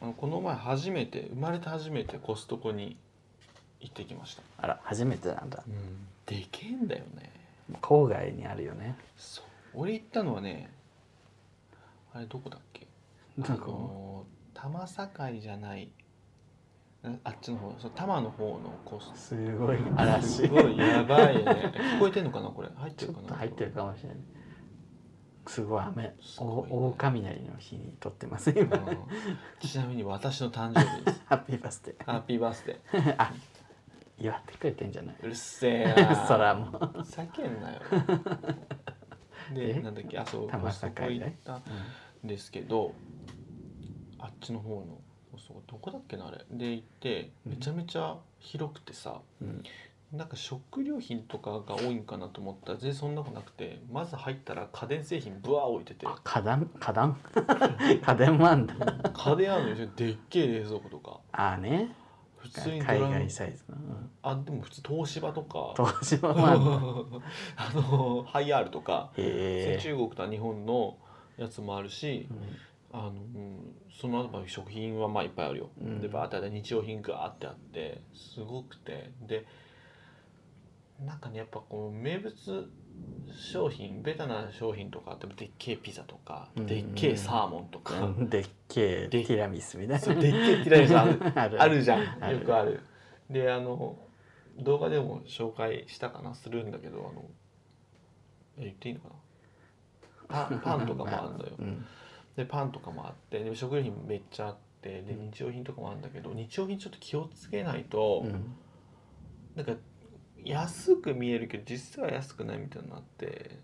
あのこの前初めて生まれて初めてコストコに行ってきました、あら初めてなんだでけえんだよね郊外にあるよねそう俺行ったのはねあれどこだっけなあんかの多摩境じゃないなあっちの方そう多摩の方のコスすごいト嵐すごいやばいね聞こえてんのかなこれ入っちてょるっかなと入ってるかもしれないすごい雨すおごいね大雷の日に撮ってます今うんちなみに私の誕生日ですハッピーバースデハッピーバースデーーあ祝ってくれてんじゃないうるせえ なそらもう、ふざけんな よえでなんだっけあそう多摩コストコ境行っねたんですけどあっちの方のコストコどこだっけなあれで行ってうんめちゃめちゃ広くてさ、うん、なんか食料品とかが多いんかなと思ったら全然そんなことなくてまず入ったら家電製品ぶわー置いててあ花壇花 壇家電もあんだ家電あるのよでっけえ冷蔵庫とかああね普通に海ドラム外サイズの、うん、あでも普通東芝とか東芝もあんだ あのハイアールとか、へえ、中国と日本のやつもあるしう、んあのうんその後食品はまあいっぱいあるよ、うんでバーってあって日用品がーってあってすごくてでなんかねやっぱこう名物商品ベタな商品とかでもでっけえピザとか、うんでっけえサーモンとか、でっけえでティラミスみたいそうなでっけえティラミスある あるあるじゃんあるよくあるであの動画でも紹介したかなするんだけどあのえ言っていいのかなパンパンとかもあるのようんでパンとかもあってで食料品めっちゃあってで日用品とかもあるんだけど日用品ちょっと気をつけないと、うんなんか安く見えるけど実は安くないみたいになって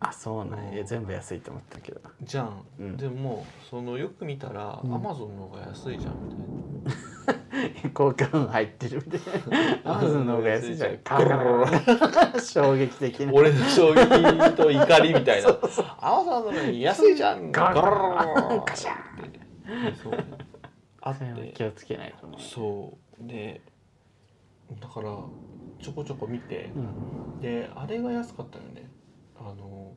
あそうなんや全部安いと思ったけどじゃん、うんでもそのよく見たらうんアマゾンの方が安いじゃんみたいな。効果音入ってるみたいなアマゾンの方が安いじゃんカラカラ衝撃的な俺の衝撃と怒りみたいな「あわさわのに安いじゃん」ガラガラガラガシャってそうあっそれは気てをつけないと思うそうでだからちょこちょこ見てうんであれが安かったのねあの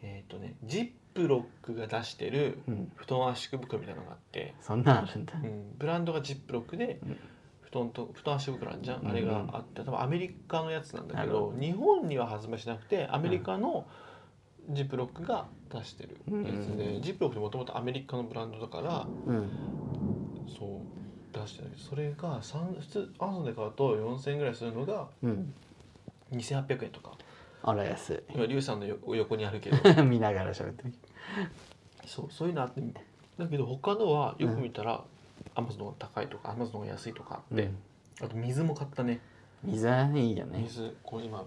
えっ、とねジップロックが出してるうん布団圧縮袋みたいなのがあって、そんなんあるんだうん、ブランドがジップロックでうん布団と布団圧縮袋あんじゃうんんあれがあって多分アメリカのやつなんだけなるど日本には発売しなくてアメリカのジップロックが出してるやつで、うジップロックってもともとアメリカのブランドだからうんそう出してるそれが3普通アマゾンで買うと4,000円ぐらいするのがうん2800円とかあら安い 今リュウさんのよ横にあるけど見ながら喋ってる そうそういうのあってだけど他のはよく見たらアマゾンの方が高いとかアマゾンの方が安いとかあって、うんあと水も買ったね水はいいよね水これ今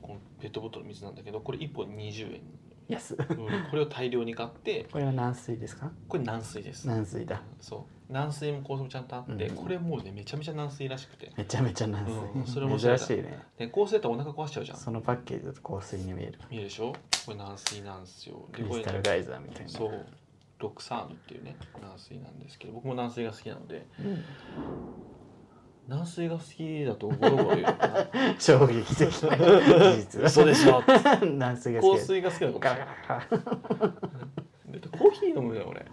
このペットボトルの水なんだけどこれ1本20円安俺これを大量に買ってこれは軟水ですかこれ軟水です軟水だそう軟水も高速ちゃんとあって、うんこれもうねめちゃめちゃ軟水らしくてめちゃめちゃ軟うんそ水、れ面白い珍しいねで香水だとお腹壊しちゃうじゃんそのパッケージだと香水に見える見えるでしょこれ軟水なんですよクでリこスれタルガイザーみたいなそうロクサーヌっていうね軟水なんですけど僕も軟水が好きなのでうん軟水が好きだとゴロゴロ言うのかな衝撃的な 事実だ嘘でしょ 軟水が好香きだ水が好きなのかガもラしガれなラガラいでコーヒー飲むのよ俺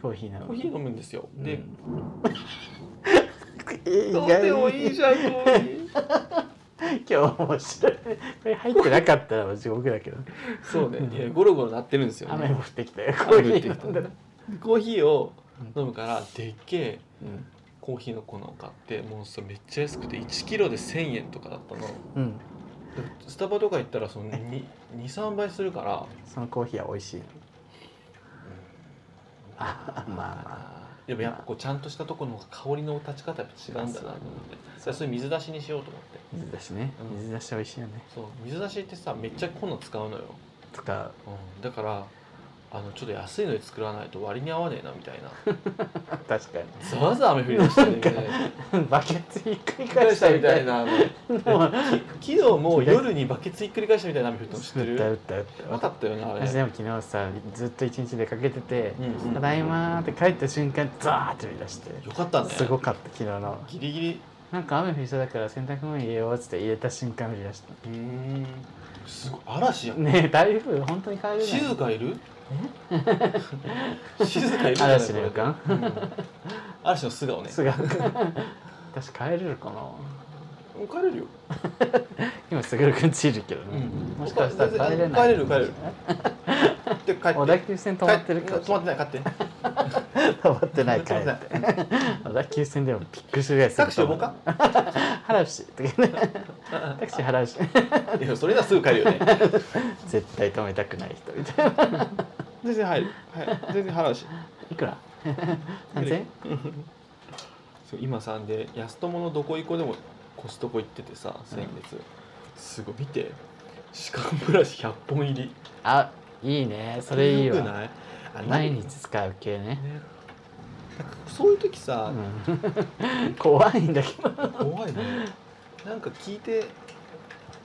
コーヒーなのコーヒー飲むんですよで、うん飲ん意で外もいいにじゃんコーヒー今日面白いこれ入ってなかったら地獄だけどそうねいやゴロゴロ鳴ってるんですよ、雨ねも降、ってきたよコ雨ーヒ降ってきーた飲ん だらコーヒーを飲むからでっけえうんコーヒーの粉を買ってもうそれめっちゃ安くて1キロで1000円とかだったのでうんスタバとか行ったらその23倍するからそのコーヒーは美味しいのあまあまでもやっぱこうちゃんとしたところの香りの立ち方やっぱ違うんだなと思ってそれそういう水出しにしようと思ってあ水出しねうん水出し美味しいよねそう水出しってさめっちゃ粉使うのよ、とかうん、だからあのちょっと安いので作らないと割に合わねえなみたいな確かざわざわ雨降り出してるみたいなにバケツひっく繰りり返返ししたたみみたたいいななの昨もう 日もう夜にバケツひっくり返したみたいな雨降ったの知って打った打るった打った分かったよなあれ私でも昨日さずっと一日出かけててうんうん「ただいま」って帰った瞬間ザーッて降り出してよかったねすごかった昨日のギリギリなんか雨降りそうだから洗濯物入れようっつって入れた瞬間降り出したうーんすごい嵐やんねえ台風本当に帰れない静かいる静かいるじゃない嵐の予感これうん嵐の素顔ねすが 私帰れるかなうん帰れるよ今すぐるくんちいるけどね、うんもしかしたら帰れない帰れる帰れるで帰って小田急線止まってるか帰止まってない帰って止まってない帰止まっっててない 小田急線でもびっくりするぐらいすぐタクシー呼ぼ うか原牛 とかねタクシー原牛いやそれならすぐ帰るよ ね絶対止めたくない人みたいな全然入る、はい、全然払うしいく ら三千円そう今さんで安友のどこ行こうでもコストコ行っててさ先月、すごい見て歯間ブラシ100本入りあいいねそれいいよくわないあ毎ね日使う系ね、なんかそういう時さ、うん、 怖いんだけど怖いねなんか聞いて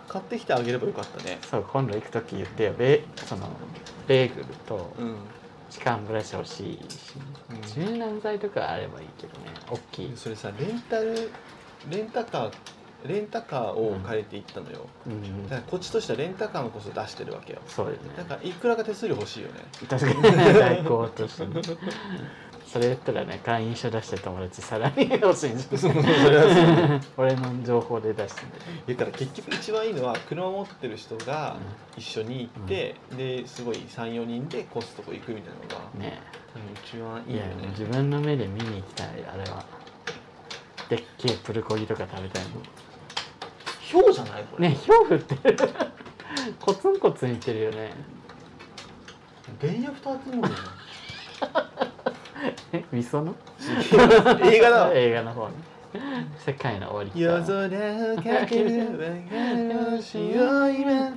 買ってきてあげればよかったねそう今度行く時言ってよベそのベーグルとうん、歯間ブラシ欲しいし柔軟剤とかあればいいけどね大きい、それさレンタルレンタカーレンタカーを借りて行ったのよ、うんだからこっちとしてはレンタカーのコスト出してるわけよそうよねだからいくらか手数料欲しいよね 確かに代行としてね それ言ったらね会員証出した友達さらに欲しいんじそう そうそれはそうゃん 俺の情報で出してんだよ言ったら結局一番いいのは車持ってる人が一緒に行って、ですごい34人でコストコ行くみたいなのがね一番えいいいよやね自分の目で見に行きたいあれはでっけえプルコギとか食べたいひょうじゃないこのれ、ねえ氷降ってるコツンコツンいってるよね電夜二つもねえ味噌の映画だわ 映画の方ね世界の終わりから夜空をかける我がの白い目も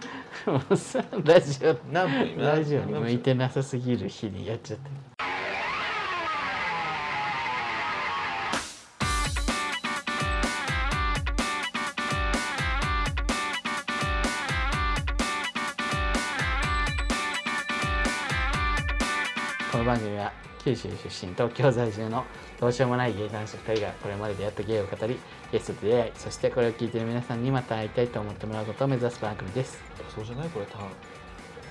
うさラジオ何分今ラジオに向いてなさすぎる日にやっちゃってるこの番組は九州出身東京在住のどうしようもない芸男子2人がこれまで出会った芸を語りゲストと出会いそしてこれを聞いている皆さんにまた会いたいと思ってもらうことを目指す番組ですそうじゃないこれターン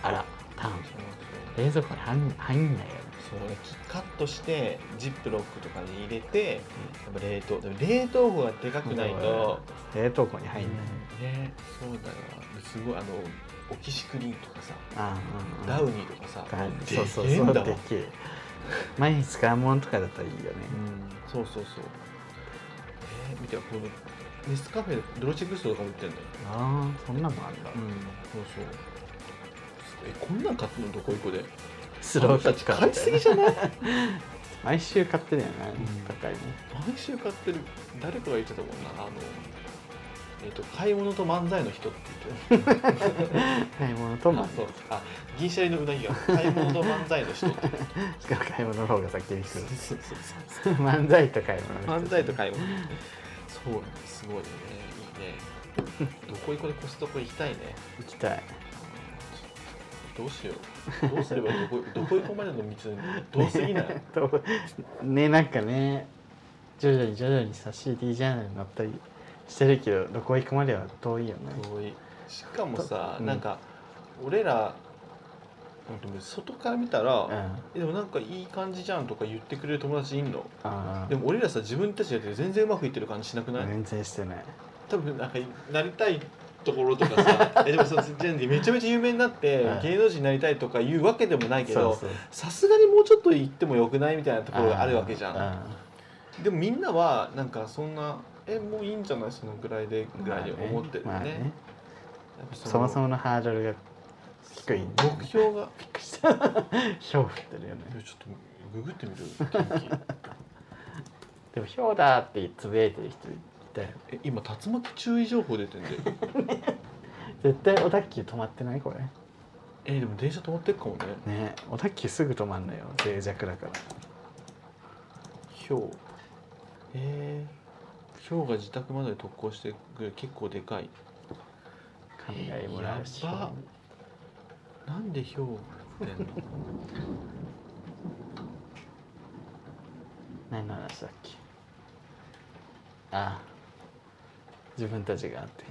あらターン冷蔵庫に入ん入んないよねそうねカットしてジップロックとかに入れてやっぱ冷凍でも冷凍庫がでかくないと、冷凍庫に入んない、ねそうだよすごいあのオキシクリーンとかさ、ああダウニーとかさダウンでそうそうけえそんうだでわっけえ毎日使うもんとかだったらいいよねうんそうそうそうえー、見てこのネスカフェでドロチェクストとかも売ってんだよああそんなのあるんだうんそうそうえこんなん買ってんのどこ行こでスローあんヒッたチ買買いってすねぎじゃない 毎週買ってるよね、うん高いね毎週買ってる誰かが言ってたもんなあのえっ、と買い物と漫才の人って言ってた買い物とあも そうあ銀シャリのうなぎが買い物と漫才の人って言ってたしかも買い物の方が先に来るそうそうそう漫才と買い物の人漫才と買い物そうねすごいねいいねどこ行こうでコストコ行きたいね行きたいどうしようどうすればどこどこ行こうまでの道どうすぎないとねなんかね徐々に徐々にさ CD ジャーナルになったりしてるけどどこ行くまでは遠いよね遠いしかもさ、うんなんか俺らでも外から見たら、うんあえでもなんかいい感じじゃんとか言ってくれる友達いんのあでも俺らさ自分たちでやってて全然うまくいってる感じしなくない、全然してない多分なんかなりたいところとか さえでもそのめちゃめちゃ有名になってはい芸能人になりたいとか言うわけでもないけどそうそうさすがにもうちょっと行ってもよくないみたいなところがあるわけじゃん、あでもみんなはなんかそんなえもういいんじゃないそのぐらいでーぐらいで思ってるね,、まあまあねやっぱそもそものハードルが低いんだよね目標がびっくりした ひょう降ってるよねいやちょっとググってみる 天気でもひょうだってつぶやいてる人いたよえ今竜巻注意情報出てんだよ絶対小田急止まってないこれ えでも電車止まってるかもねね小田急すぐ止まんのよ脆弱だからひょうえー、ひょうが自宅まで特攻してくる結構でかい雷もらうしやばなんでひょう降ってんの何の話だっけああ自分たちがあって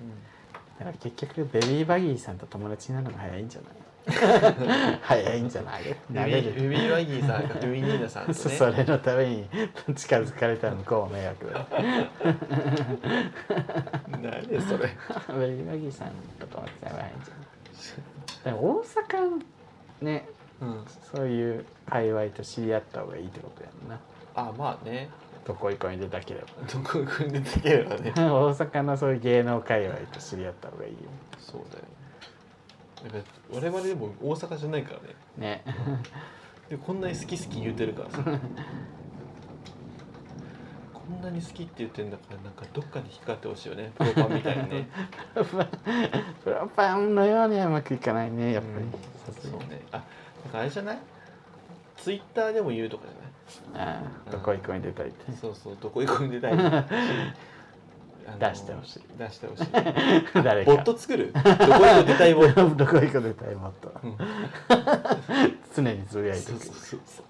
だから結局ベビーバギーさんと友達になるのが早いんじゃ ない早いんじゃないベ慣ビれーベビるーワギーさん かベビーニーナさんとねそそれのために近づかれたら向こうも迷惑だ よ何それ ベビーバギーさんと友達になるのが早いんじゃないでも大阪ねうんそういう界隈と知り合った方がいいってことやんなあまあねどこ行こうに出たけれ ばどこに組んでできればね大阪のそういう芸能界隈と知り合った方がいいよそうだよやっぱ我々でも大阪じゃないからねね でこんなに好き好き言うてるからさこんなに好きって言ってんだからなんかどっかに引っかかってほしいよねプロパンみたいにねプロパンのようにはうまくいかない ねやっぱうんりさすそがうにねあなんかあれじゃないツイッターでも言うとかじゃないああどこ行こうに出たいってそうそうどこ行くんでたいあの 出してほしい出してほしい誰かボット作るどこ行く 出たいボットどこ行こう出たいもっとうん常につぶやいてそうるそうそうそう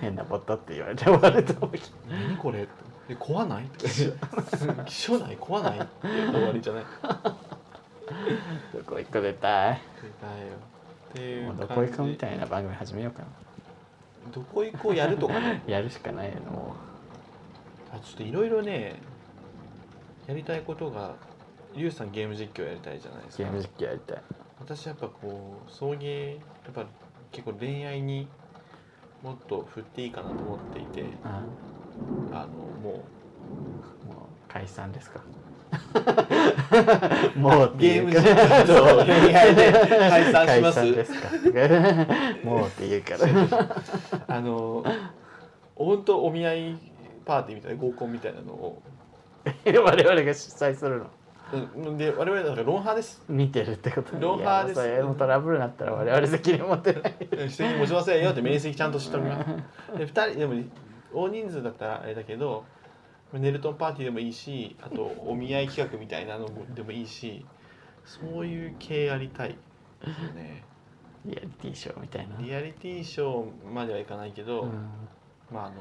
変なボットって言われて終わると思うけど何これえ壊ない とか気象ない壊ないって言うと終わりじゃないどこ行こう出たい出たいよっていもうう感じどこ行こうみたいな番組始めようかなどこ行こうやるとかねやるしかないよねもあちょっといろいろねやりたいことがゆうさんゲーム実況やりたいじゃないでうすゲかーム実況やりたい私やっぱこう送迎やっぱ結構恋愛にもっと振っていいかなと思っていてああのもあもう解散で すかもううゲーム実況と恋愛で解散しま解散すですかもうって言うからあの本当お見合いパーティーみたいな合コンみたいなのを、我々が主催するのうん、で我々なんかロン派です見てるってことロンハーですいやもうそれもトラブルになったら我々責任持てない責任持ちませんよって面積ちゃんとしておりますで2人でも大人数だったらあれだけどネルトンパーティーでもいいしあとお見合い企画みたいなのもでもいいしそういう系やりたいですよねリアリティショーみたいなリアリティショーまではいかないけど、うんまああの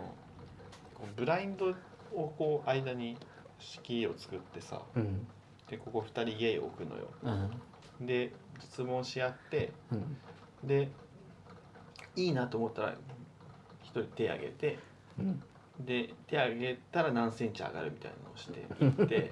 こうブラインドをこう間に式を作ってさうんでここ2人ゲイを置くのようんで質問し合ってうんでいいなと思ったら1人手挙げてうんで手挙げたら何センチ上がるみたいなのをしていって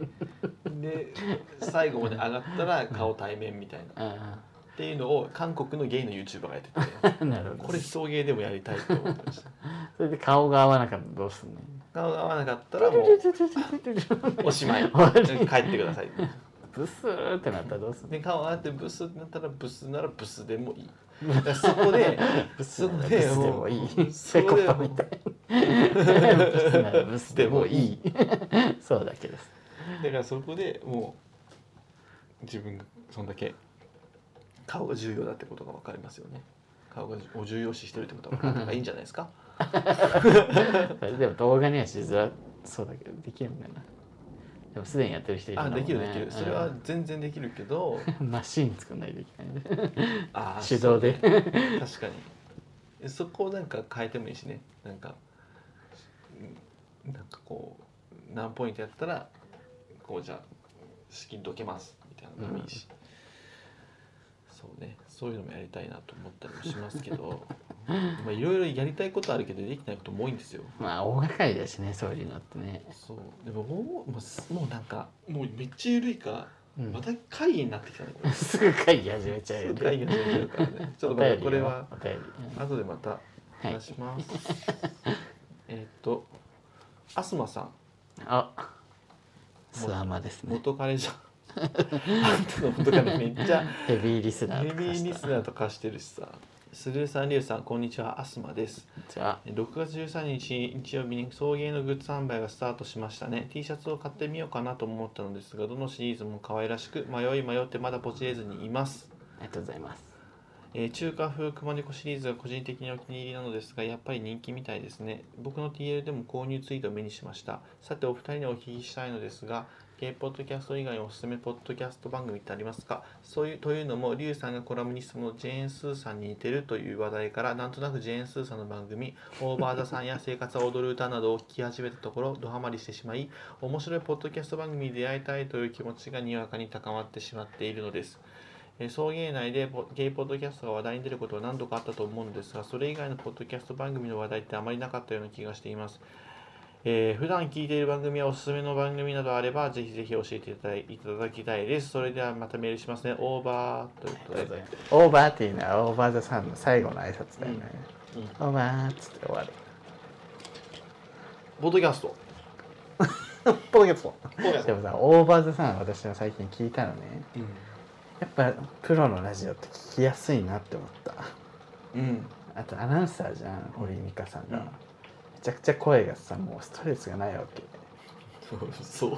で最後まで上がったら顔対面みたいなっあていうのを韓国のゲイの YouTuber がやっててあ なるほどこれ送迎でもやりたいと思ってましたそれで顔が合わなかったらどうすんの顔が合わなかったらもうおしまい終わ帰りってくださいブスーってなったらどうすんので顔が合ってブスってなったらブスならブスでもいいだからそこでブスなそらブれスでもいもいうセコパみたい ブスならブスでもいいそうだけですだからそこでもう自分がそんだけ顔が重要だってことが分かりますよね顔がお重要視してるってことはなかなかいいんじゃないですかそれでも動画にはしづらそうだけどできるんだなでもすでにやってる人いるあんだもんでねきるできるそれはうん全然できるけどマシン作んないといけないねあー手動でそうね確かにそこをなんか変えてもいいしねなんかうんなんかこう何ポイントやったらこうじゃあ式どけますみたいなのでもいいし、そうねそういうのもやりたいなと思ったりもしますけど まあいろいろやりたいことあるけどできないことも多いんですよまあ大掛かりだしねそういうのってね、そうでももうもうすもうなんかもうめっちゃ緩いかうんまた会議になってきたねこれすぐ会議始めちゃうよすねぐ会議になってるからねちょっとまたこれはお便りよお便り後でまたはい話します。 えっと、アスマさん、あスワマです ね元彼じゃん。あんたの元彼めっちゃヘビーリスナーヘとビかーしリたスナーと化してるしさ。スルーさん、リュウさん、こんにちは、アスマです。じゃあ6月13日日曜日に送迎のグッズ販売がスタートしましたね T シャツを買ってみようかなと思ったのですがどのシリーズも可愛らしく迷い迷ってまだポチれずにいますありがとうございますえー中華風熊猫シリーズが個人的にお気に入りなのですがやっぱり人気みたいですね僕の TL でも購入ツイートを目にしましたさてお二人にお聞きしたいのですがゲイポッドキャスト以外おすすめポッドキャスト番組ってありますかそういうというのもリュウさんがコラムニストのジェーン・スーさんに似てるという話題からなんとなくジェーン・スーさんの番組「オーバー・ザ・さん」や「生活は踊る歌」などを聞き始めたところドハマりしてしまい面白いポッドキャスト番組に出会いたいという気持ちがにわかに高まってしまっているのです。えー送迎内でポゲイポッドキャストが話題に出ることは何度かあったと思うのですがそれ以外のポッドキャスト番組の話題ってあまりなかったような気がしていますえー普段聞いている番組やおすすめの番組などあれば、ぜひぜひ教えていただいいただきたいです。それではまたメールしますね。オーバーということで。オーバーっていうのはオーバーザさんの最後の挨拶だよね、うんうんオーバーっつって終わるポッドキャスト。ポケットポッドキャスでト。もさオーバーザさん私の最近聞いたのねやっぱプロのラジオって聞きやすいなって思ったうん。うん。あとアナウンサーじゃん堀井美香さんが、うんめちゃくちゃ声がさもうストレスがないわけそう。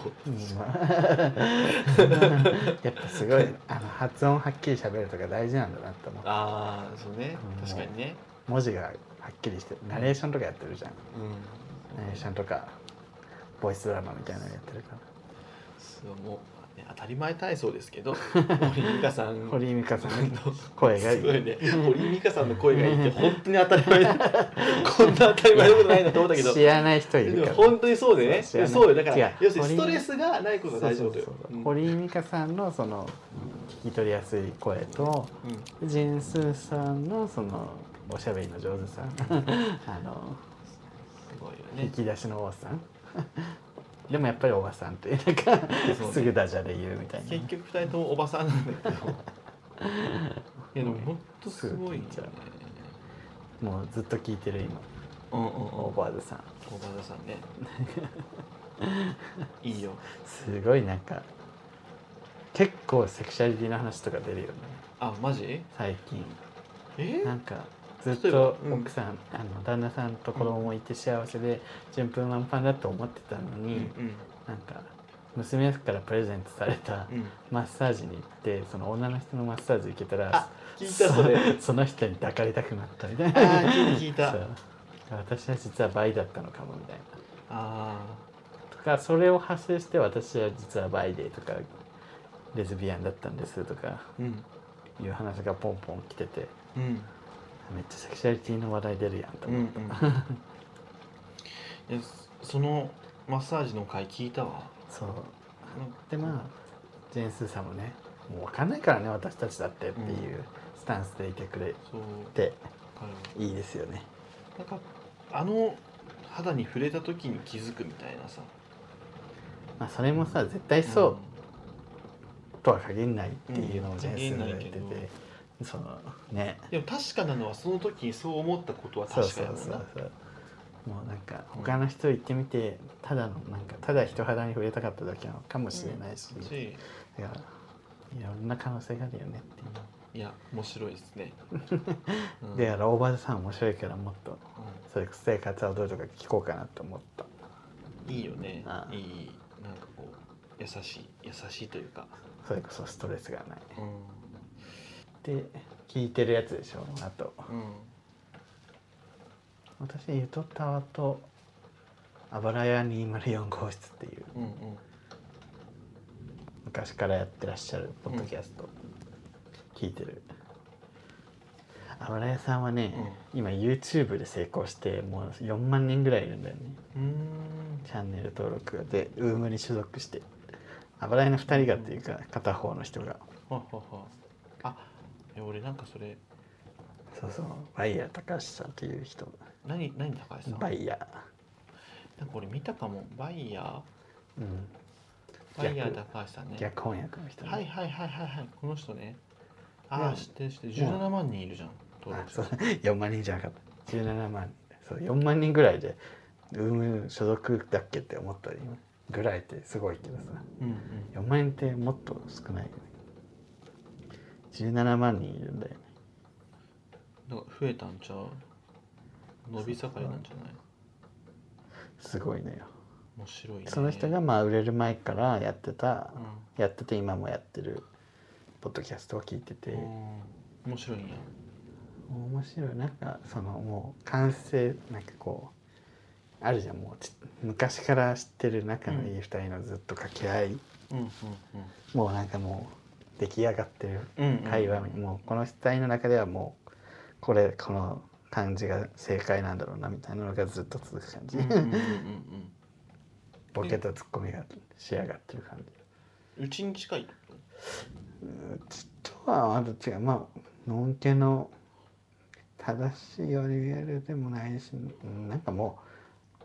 やっぱすごいあの発音はっきり喋るとか大事なんだなって思うああ、そうねうん。確かにね。文字がはっきりしてナレーションとかやってるじゃんうナレーションとかボイスドラマみたいなのやってるからそうもう、ね、当たり前体操です けど、堀井美香さん。堀井美香さんのの声がいいすごいね。堀井美香さんの声がいいって、本当に当たり前だ。 こんな当たり前のことないなと思ったけど。知らない人いるから本当にそうでねそう知らないそうよだか違らう要するにストレスがないことが大事なことよそうそうそううん堀井美香さんのその聞き取りやすい声とうんジェンスーさんのそのおしゃべりの上手 さあのすごいよ引ねき出しのおばさんでもやっぱりおばさんっていうなんかそうねすぐダジャレ言うみたいな結局二人ともおばさんなんだけど いやでも本当すごいんだよねもうずっと聞いてる今うんうんうんオおーばバーズさんあさんねいいよすごいなんか結構セクシャリティの話とか出るよねあマジ最近えなんかずっ例えばとうん奥さん、あの旦那さんと子供もいて幸せで順風満帆だと思ってたのうに、んうんなんか娘からプレゼントされたうんマッサージに行ってその女の人のマッサージ受けたらあ聞いたそれその人に抱かれたくなったみたいあなー聞いた聞いたそう私は実は倍だったのかもみたいなあとかそれを発生して私は実は倍でとかレズビアンだったんですとかーうんいう話がポンポン来ててうんめっちゃセクシャリティの話題出るやんとう思んうっんて、いやそのマッサージの回聞いたわそうなんでまあジェーン・スーさんもねもう分かんないからね私たちだってっていうスタンスでいてくれそうて彼はいいですよねなんかあの肌に触れた時に気づくみたいなさまあそれもさ絶対そうとは限らないっていうのうをんジェーン・スーさんが言ってて限らないそのねうんでも確かなのはその時にそう思ったことはそう確かやそうもんなそうそうもうなんか他の人行ってみてただのなんかただ人肌に触れたかっただけなのかもしれないし、うんだしからいろんな可能性があるよねっていういや面白いです ね、うんでだから大場さん面白いからもっとうそれこそ生活はどうとか聞こうかなと思ったんいいよねああいいなんかこう優しい優しいというか、それこそストレスがないうんで聞いてるやつでしょあとうん、私ゆとたわとあばらや204号室っていううんうん昔からやってらっしゃるポッドキャスト、聞いてるあばらやさんはね、今 YouTube で成功してもう4万人ぐらいいるんだよねうーんチャンネル登録でウームに所属してあばらやの2人がっていうか片方の人がはははあえ俺なんかそれそうそうバイヤー高橋さんっていう人何何高橋さんバイヤなんか俺見たかもバイヤー、うん、ーバイヤー逆高橋さんね逆翻訳の人ねはいはいはいはいはいこの人ねあうあん知ってる知ってる17万人いるじゃん登あ録そ者う4万 人じゃなかった17万人そう4万人ぐらいでウーム所属だっけって思ったりぐらいってすごいけどさうんうん4万円ってもっと少ないよね17万人いるんだよねなんか増えたんちゃう伸び盛りなんじゃないすごいのよ面白いねその人がまあ売れる前からやってたうんやってて今もやってるポッドキャストを聞いててうん面白いんや面白いなんかそのもう完成なんかこうあるじゃんもうち昔から知ってる仲のいい2人のずっと掛け合い、うんうんもうなんかもう出来上がってるうんうん会話、もうこの2人の中ではもうこれこの感じが正解なんだろうなみたいなのがずっと続く感じ、うんうんうんうんうん ボケとツッコミが仕上がってる感じうちに近いうちとはまた違うまあのんけの正しいよりやるでもないしうんなんかも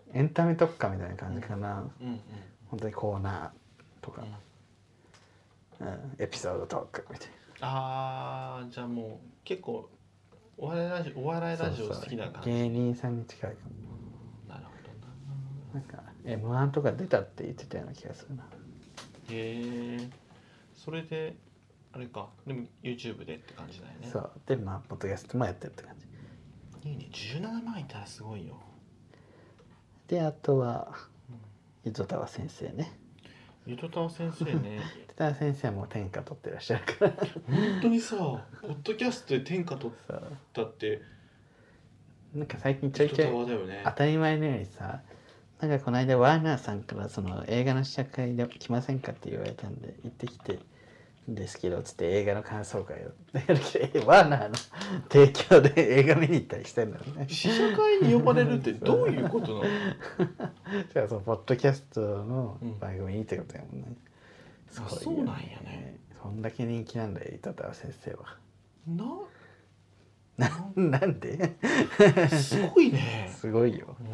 うエンタメ特化みたいな感じかな、うんうん本当にコーナーとうかん、うん、エピソードトークみたい あーじゃあもう結構お笑いラジオお笑いなラジオ好きなそう感そうじ芸人さんに近いかもなるほどななんか m 1とか出たって言ってたような気がするなへえそれであれかでも YouTube でって感じだよねそうでまあポッドキャストもやってるって感じいいね17万いたらすごいよであとは糸田先生ねゆとたわ先生ね糸田先生はもう天下取ってらっしゃるから本当にさポッドキャストで天下取っそうたってなんか最近ちょゆいとちたょいわだよね当たり前のようにさなんかこの間ワーナーさんからその映画の試写会で来ませんかって言われたんで行ってきてんですけどつって映画の感想会をやるけどえワーナーの提供で映画見に行ったりしてんだよね試写会に呼ばれるってどういうことなのじゃあそのポッドキャストのうん番組にってことやもんね、あすごいそようなんやねそんだけ人気なんだよ糸田先生は ななんですごいねすごい ようん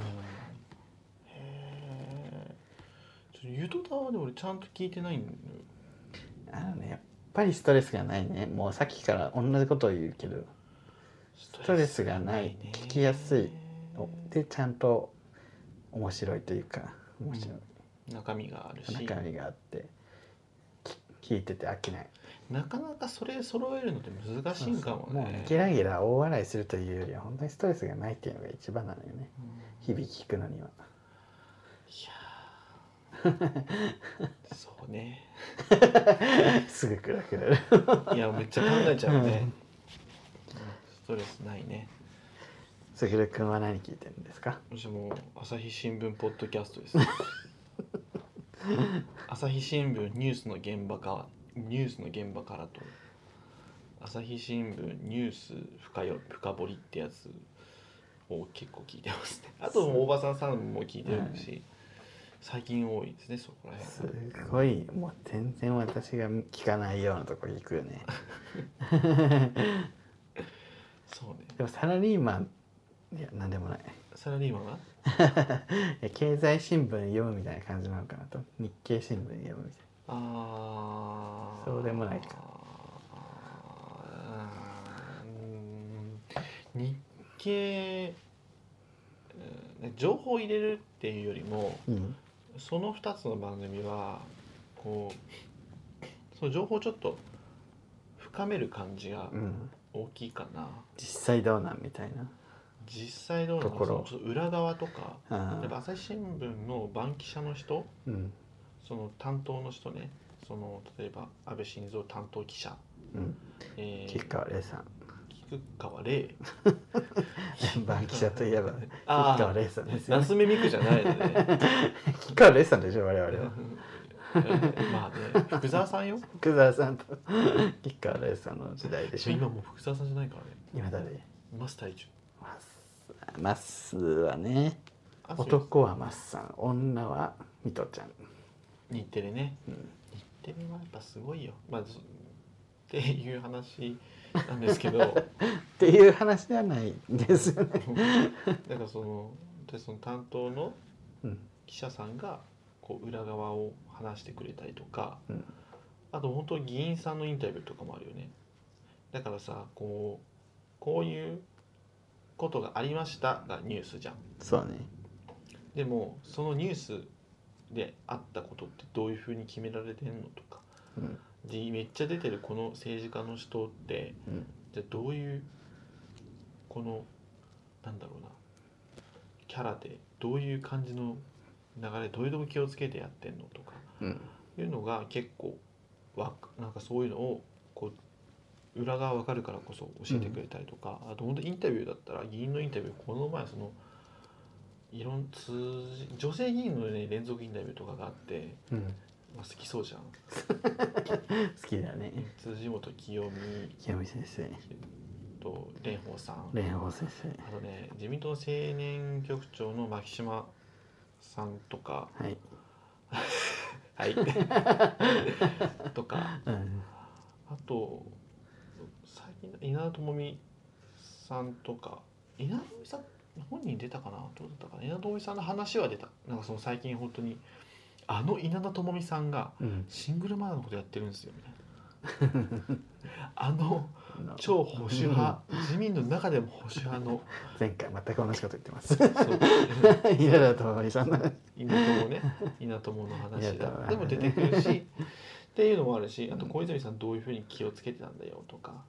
へーちょゆとたわで俺ちゃんと聞いてないんだよあのねやっぱりストレスがないねもうさっきから同じことを言うけどスストレスがない聞きやすいおでちゃんと面白いというか面白中身があるしい中身があってき聞いてて飽きないなかなかそれ揃えるのって難しいんかももうねねゲラゲラ大笑いするというよりは本当にストレスがないっていうのが一番なのよねうん日々聞くの には。 そうねすぐ暗くなるいやめっちゃ考えちゃうね、うんストレスないねすぐるくんは何聞いてるんですか私も朝日新聞ポッドキャストです 朝日新聞ニュースの現場かニュースの現場からと朝日新聞ニュース深よ深掘りってやつを結構聞いてますねあと大場さんさんも聞いてるし、最近多いですねそこらす辺ごいもう全然私が聞かないようなとこ行くよねそうねでもサラリーマンいや何でもないサラリーマンがいや経済新聞読むみたいな感じなのかなと日経新聞読むみたいあーそうでもないかあーうーん日経うんね情報を入れるっていうよりもなうんその2つの番組はこうその情報をちょっと深める感じがうん大きいかな、実際どうなんみたい実際どうなのところそのちょっと裏側とかなやっぱ朝日新聞の番記者の人うんうんその担当の人ねその例えば安倍晋三担当記者うんえー吉川 玲さ菊川 玲ん番記者とい えば吉あ川あ玲さんですよ、ね、夏目みくじゃないのね 吉川玲さんでしょ我あ々れはは まあね福沢さんよ福沢さんと吉川玲さんの時代でしょ今もう福沢さんじゃないからね今誰マス隊長マスマスはねあそう男はマスさん女はミトちゃん、日テレねうん日テレはやっぱすごいよまあそっていう話なんですけどだか っていう話ではないんですよ ね、らそのでその担当のうん記者さんがこう裏側を話してくれたりとかうんあと本当議員さんのインタビューとかもあるよねだからさこうこういうことがありましたがニュースじゃんそうねでもそのニュースであったことってどういうふうに決められてんのとかうんでめっちゃ出てるこの政治家の人ってうんじゃあどういうこのなんだろうなキャラでどういう感じの流れどういうとこ気をつけてやってんのとかうんいうのが結構わなんかそういうのをこう裏側わかるからこそ教えてくれたりとか、あと本当インタビューだったら議員のインタビューこの前そのいろん通じ女性議員のね連続インタビューとかがあって、うん、まあ、好きそうじゃん好きだね辻元清美清美先生と蓮舫さん蓮舫先生あとね自民党青年局長の牧島さんとかはい、はいとかうん、あと最近稲田朋美さんとか稲田朋美さん本人出たかなどうだったかな稲田朋美さんの話は出たなんかその最近本当にあの稲田朋美さんがうん、シングルマザーのことやってるんですよみたいなあの超保守派自民の中でも保守派の前回全く同じこと言ってます そう稲田朋美さんの稲友ね稲友の話稲友だでも出てくるしっていうのもあるしあと小泉さんどういうふうに気をつけてたんだよとか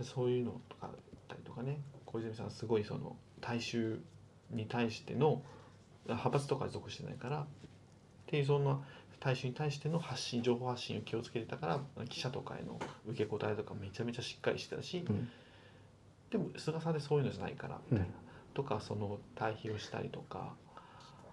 そういうのとかだったりとかね小泉さんすごいその大衆に対しての派閥とかに属してないからっていうその大衆に対しての発信情報発信を気をつけてたから記者とかへの受け答えとかめちゃめちゃしっかりしてたし、うんでも菅さんでそういうのじゃないからうみんたいな、とかその対比をしたりとか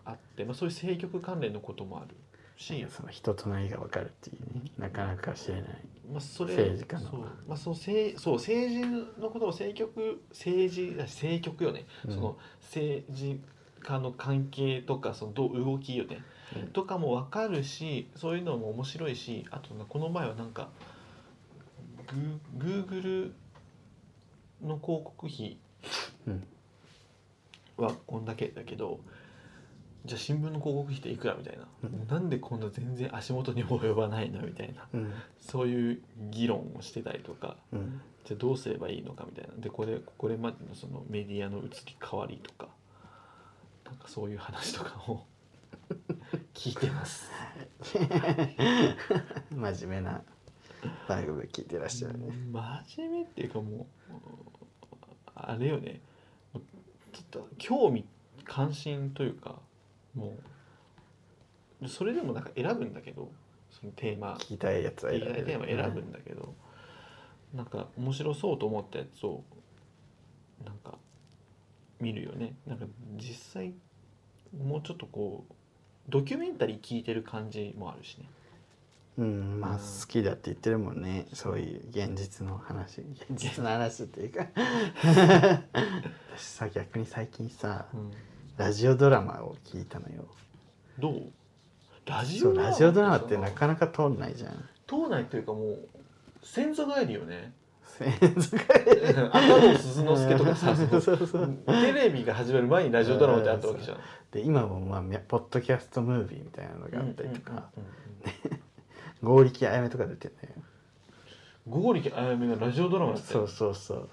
あって、まあ、そういう政局関連のこともあるし、その人となりが分かるっていうねなかなか知れないまあ、それ政治家のそう,、まあ、その政そう政治のことを政局政治だ政局よね、うんその政治家の関係とかそのどう動きよね、うんとかも分かるしそういうのも面白いしあとなこの前はなんかグー Google の広告費うんはこんだけだけどじゃあ新聞の広告費っていくらみたいな、うんなんでこんな全然足元にも及ばないのみたいなうんそういう議論をしてたりとかうんじゃあどうすればいいのかみたいなでこれこれまでのそのメディアの移り変わりとかなんかそういう話とかを 聞いてます。 真面目な番組を聞いてらっしゃるね真面目っていうかもうあれよねもうちょっと興味関心というかもうそれでもなんか選ぶんだけどそのテーマ聞きたいやつはテ選べーるマ選ぶんだけど、なんか面白そうと思ったやつをなんか見るよねなんか実際もうちょっとこうドキュメンタリー聞いてる感じもあるしねうんまあうん好きだって言ってるもんねそういう現実の話現実の話っていうか 私さ逆に最近さラジオドラマを聞いたのよどうラジそオうラジオドラマってさなかなか通んないじゃん党内というかもう先祖返りよね 先祖返り赤の鈴之助とかさ その そうそうテレビが始まる前にラジオドラマってあったわけじゃんで今もまあみゃポッドキャストムービーみたいなのがあったりとかうんうん剛力あやめとか出てるのうんうん、ゴーリキあやめがラジオドラマよだったよそうそうそう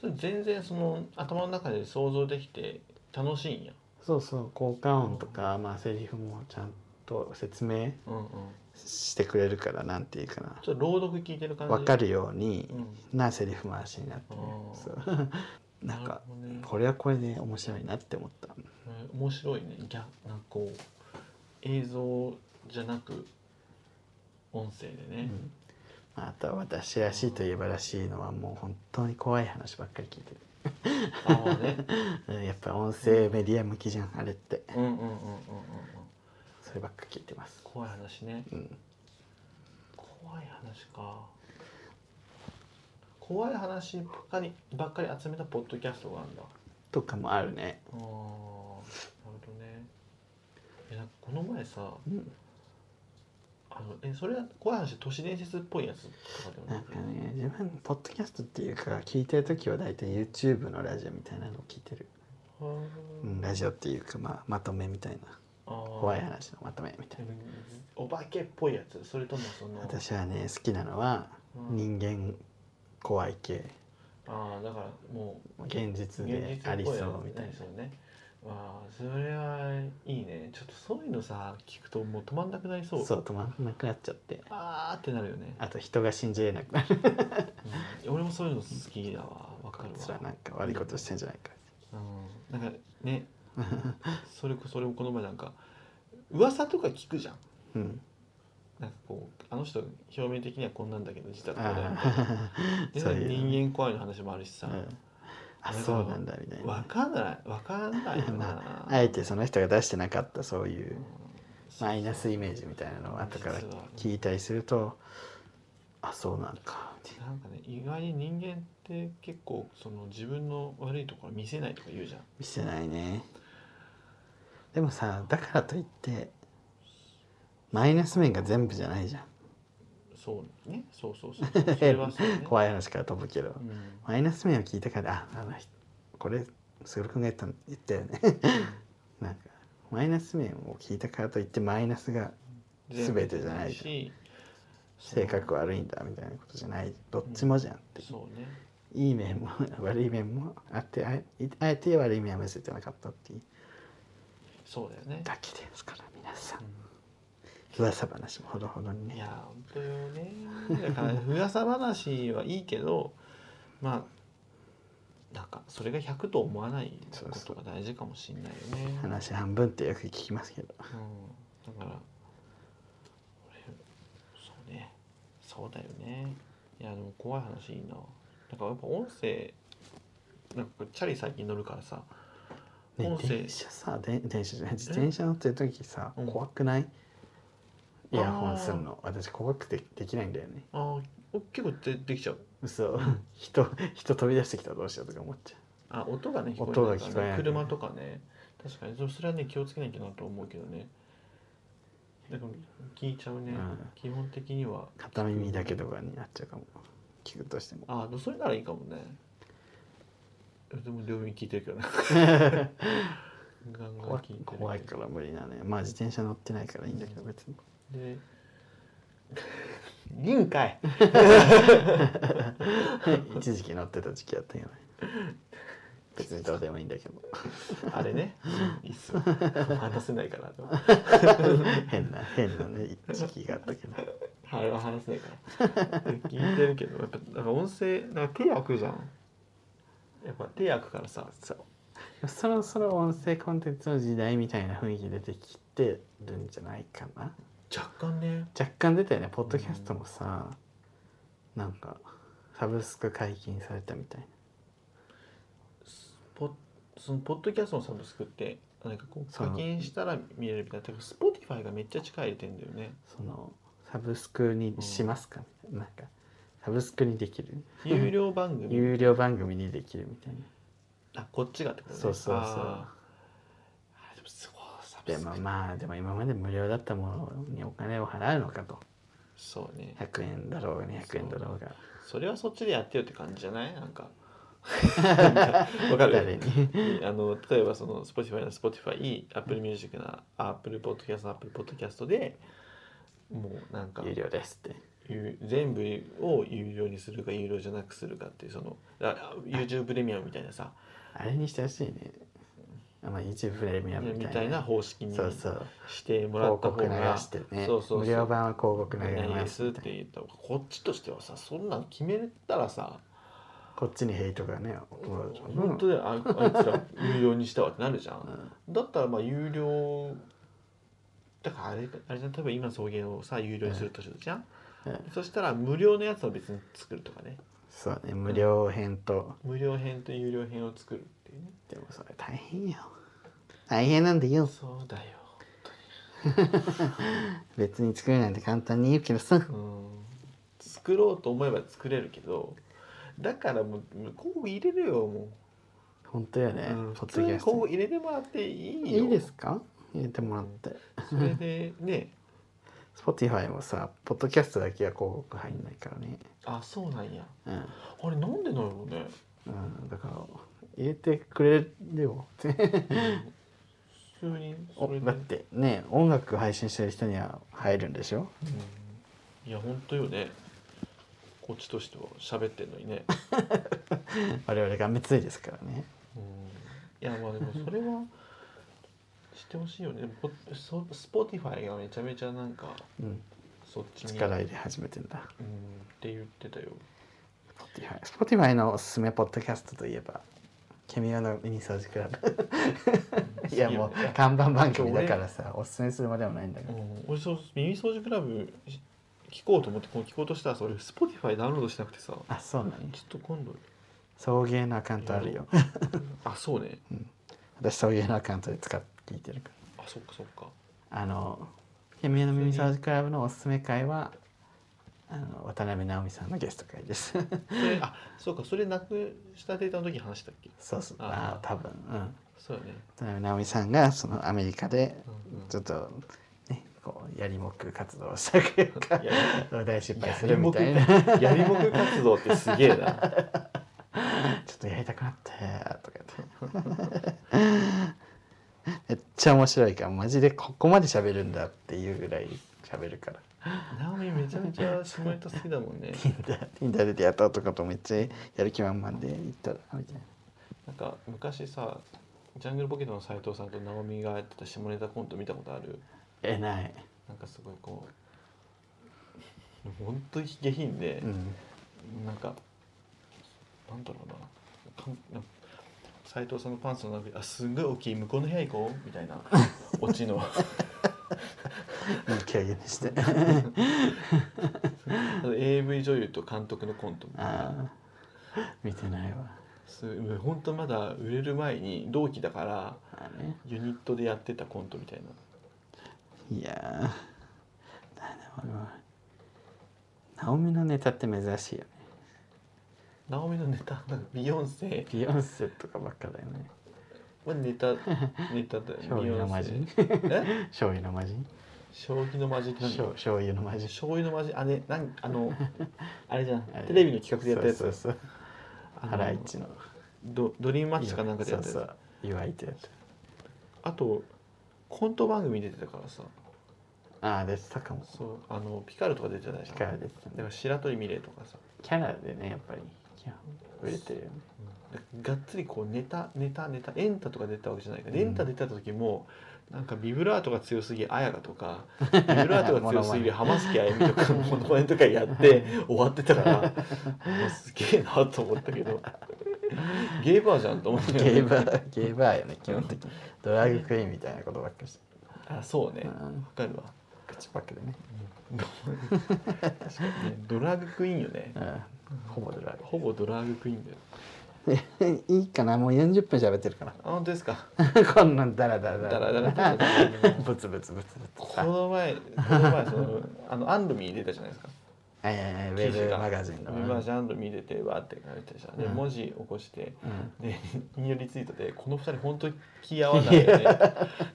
それ全然その頭の中で想像できて楽しいんやそうそう効果音とかまあセリフもちゃんと説明うんうんしてくれるからなんていうかなちょっと朗読聞いてる感じ分かる、るようにうん、なセリフ回しになってねあーそう なんなるかほどねこれはこれで面白いなって思ったね面白いねギャなんかこう映像じゃなく音声でね、うんあとは私らしいといえばらしいのはもう本当に怖い話ばっかり聞いてああねるうんやっぱ音声メディア向きじゃんあれってうんうんうんうんうんうんそればっか聞いてます怖い話ねうん怖い話か怖い話ばっかりばっかり集めたポッドキャストがあるんだとかもあるねああなるほどねえなんかこの前さうんあのえそれは怖い話都市伝説っぽいやつとかでもななんくかね自分ポッドキャストっていうか聞いてる時は大体 YouTube のラジオみたいなのを聞いてる、はうーん、ラジオっていうかまあまとめみたいなあー怖い話のまとめみたいなお化けっぽいやつそれともその私はね好きなのはうん人間怖い系ああだからもう現実でありそうみたいなそうねああそれはいいねちょっとそういうのさ聞くともう止まんなくなりそうそう止まんなくなっちゃってあーってなるよね、あと人が信じれなくなるうん俺もそういうの好きだわわかこるいつらわなんか悪いことしてんじゃないかうんなんかねそれこそれもこの前なんか噂とか聞くじゃんうんなんかこうあの人表面的にはこんなんだけど実はこうだよみたいなあ あでそういう人間怖いの話もあるしさ、うんあそうなんだみたいわなかんないわかんないよまな、 あえてその人が出してなかったそういうそうマイナスイメージみたいなのを後から実は聞いたりするとあそうなんかってなんかね意外に人間って結構その自分の悪いところ見せないとか言うじゃん見せないねでもさだからといってマイナス面が全部じゃないじゃんそうねそうそうそう それはそうね、怖い話から飛ぶけどうんマイナス面を聞いたからああの人これ卓君が言ったの言ったよね なんかマイナス面を聞いたからといってマイナスが全部全てじゃないし性格悪いんだみたいなことじゃないどっちもじゃんって、そうねいい面も悪い面もあってあえあえて悪い面は見せてなかったっていうそうだよね、だけですから皆さんう噂話もほどほどにん、いねや本当よねだから 噂話はいいけどまあなんかそれが100と思わないそうこそとうが大事かもしれないよね話半分ってよく聞きますけどうん、だから俺そうねそうだよねいやでも怖い話いいななんかやっぱ音声なんかチャリ最近乗るからさね音声電車さで電車じゃない自転車乗ってる時さうん怖くないあーイヤホンするの私怖くてできないんだよねあーお結構でできちゃう嘘 人人飛び出してきたらどうしようとか思っちあゃ音がね聞こえ音ながい聞こから、えないね、車とかね確かにそそれはね気をつけなきゃなと思うけどねだから聞いちゃうね、うん基本的にはう片耳だけとかになっちゃうかも聞くとしてもああそれならいいかもねでも両耳聞いてるけどね ガンガン怖聞いてるけど怖いから無理なのよまあ自転車乗ってないからいいんだけど別に でいいんかい一時期乗ってた時期やっ たよね別にどうでもいいんだけどあれねいいっすよ話せないからでも変な変なね時期があったけどあれは話せないから聞いてるけどやっぱなんか音声なんか手開くじゃんやっぱ手開くからさそうそろそろ音声コンテンツの時代みたいな雰囲気出てきてるんじゃないかな若干ね若干出たよねポッドキャストもさ、なんかサブスク解禁されたみたいなポそのポッドキャストのサブスクってなんかこうそう課金したら見れるみたいなだから Spotify がめっちゃ力入れてんだよねそのサブスクにしますか、みたいななんかサブスクにできる有料番組有料番組にできるみたいなあこっちがってことねそうそうそうあーあでもすごいサブでスまあクまあでも今まで無料だったものにお金を払うのかとそうね100円だろうが200円だろうがそれはそっちでやってよって感じじゃないなん かなんかわか誰るにあの例えばその Spotify の Spotify Apple Music な Apple Podcast の Apple Podcast でもうなんか有料ですって有全部を有料にするか有料じゃなくするかっていうそのあ YouTube プレミアムみたいなさあれにしてほしいねあまあ YouTube プレミアムみみたたいいなな方式にそうそうしてもら広った告方流がしてねそうそうそう無料版は広告流れ何まですすって言った方がこっちとしてはさそんなの決めたらさこっちにヘイトがねもう本当だよああいつら有料にしたわってなるじゃんう。んだったらまあ有料だからあれあれじゃん例えば今送迎をさ有料にするとするじゃん、うんそしたら無料のやつを別に作るとかねそうね無料編と無料編と有料編を作るっていうねでもそれ大変よ大変なんだよそうだよ別に作るなんて簡単に言うけどさうん作ろうと思えば作れるけどだからもうもう候補入れるよも本当よう、ね、うん、ポ普ッド通キャにス候補ト入れてもらっていいよいいですか入れてもらってそれでね Spotify もさポッドキャストだけは広告入んないからねあそうなんやうん、あれなんでなんやろうねうん、だから入れてくれ るよ普通にそおれでだってね音楽配信してる人には入るんでしょうんいや本当よねこっちとしては喋ってんのにね、我々がめついですからねうん、いやまあでもそれはしてほしいよねポそスポティファイがめちゃめちゃなんかうんそっちに、うん、っ力入れ始めてんだて言ってたよ Spotify Spotify のおすすめポッドキャストといえばケミオのミニ掃除クラ ブ いやもう看板番組だからさおすすめするまでもないんだけうどん、俺そう耳掃除クラブし聞こうと思ってこう聞こうとしたらさ俺スポティファイダウンロードしなくてさちょあそうなんだっと今度送迎のアカウントあるよ。あそうね私送迎のアカウントで使って聞いてるか。あそっかそっからあの県民の耳掃除クラブのおすすめ会はあの渡辺直美さんのゲスト 会です。それあそうかそれなくしたデータの時に話したっけそうそう。あああ多分うん。そうよね、渡辺直美さんがそのアメリカでうんうんちょっとねこうやりもく活動をしたというかやり大失敗やすりるもみくたいなちょやりもく活動ってすげえなっとやりたくなってとか言ってめっちゃ面白いからマジでここまで喋るんだっていうぐらい喋るからナオミめちゃめちゃ下ネタ好きだもん ね Tinder Tinder で出会った男とめっちゃやる気満々で行ったらみたいななんか昔さジャングルポケットの斉藤さんとナオミがやってた下ネタコント見たことあるえない、なんかすごいこう本当に下品で、うん、なんかなんだろうなかんなん斉藤さんのパンツの中にあすんごい大きい向こうの部屋行こうみたいなオチのいい経験でしてあの AV 女優と監督のコントみたいあなあ見てないわす本当まだ売れる前に同期だからあれユニットでやってたコントみたいないやーなんだろうなナオミのネタって珍しいよねナオミのネタなんかビヨンセビヨンセとかばっかだよねはネ タネタだ醤油の魔人 え醤油の魔人将棋のマジック醤醤油の魔人醤油のマジあれなんあ のあれじゃんあれ テレビの企画でやったやそうつそうそうあのハライチのドドリームマッチかなんかでやったやつそうそう岩井ってやつあとコント番組出てたからさああ出てたかもそうあのピカルとか出てたでしょピカル出てただかねら白鳥美玲とかさキャラでねやっぱり基本売れてるよねでがっつりこうネタネタネタエンタとか出てたわけじゃないから、うんエンタ出てた時もなんかビブラートが強すぎ綾香と かビブラートが強すぎる浜崎あゆみとかのモノマネとかや って終わってたからもうすげえなと思ったけどゲーバーじゃんと思ったゲけーどバーゲーバーよね基本的にドラァグクイーンみたいなことばっかして、あそうねうわん、かるわ口パックでね、確かにねドラッグクイーンよねうん、ほぼドラ ほぼドラッグクイーンだよァグいいかなもう40分喋ってる からあ本当です かこんなんダラダラだらだらだらブツブツブツブツこさの前この前そのあのアンドミー出たじゃないですかはいはいはいウェブマガジンのウェブマガジンアンドミー出てわーって書いてたじゃんでうん文字起こしてうんで引用リツイートでこの二人本当に気合わ ないよね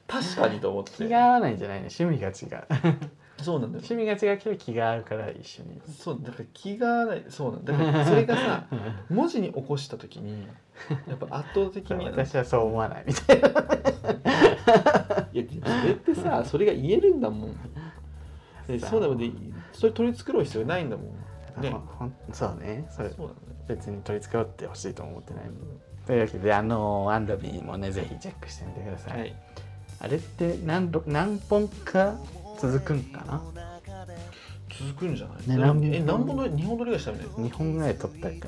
確かにと思っ気てが合わないんじゃないね趣味が違うそうなんだよ趣味が違うけど気が合うから一緒に そうだから気が合わないそうなんだだからそれがさうん文字に起こした時にやっぱ圧倒的に 私はそう思わないみたいないやそれってさそれが言えるんだもんでそうだもんでそれ取り繕う必要ないんだもんねほほんそうねそそうれだね別に取り繕ってほしいとも思ってないというわけであのアンドビーもねぜひチェックしてみてください、はいあれって何度何本か続くんかな続くんじゃない、ねだから何え何本撮り2本撮りがしたみたい2本ぐらい撮ったからね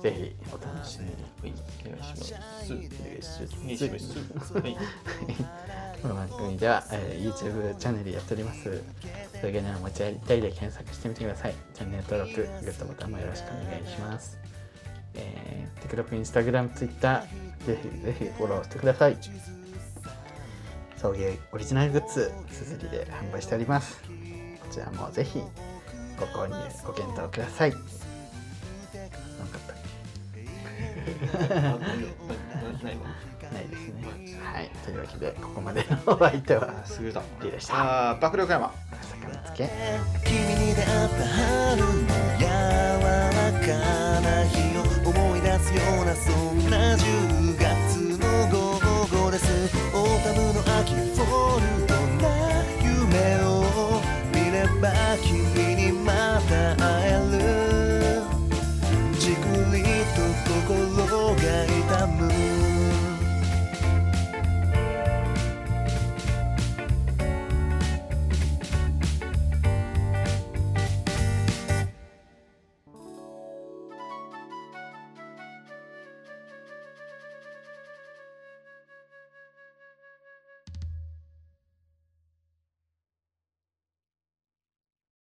ぜひお楽しみにはいお願いしますお願いしますお願いしますはい この番組では、えー YouTube チャンネルやっております。それげなら持ち帰りたいで検索してみてください。チャンネル登録、グッドボタンもよろしくお願いします。えー、TikTok、Instagram、Twitter、ぜひぜひフォローしてください。送迎オリジナルグッズ、すずりで販売しております。こちらもぜひご購入、ご検討ください。なんかあっあななないわたないですね。はい、というわけで、ここまでのお相手はあ、すぐだリーでしたあー爆力山魚つけ。君に出会った春の柔らかな日を思い出すようなそんな10月の午後ですオータムの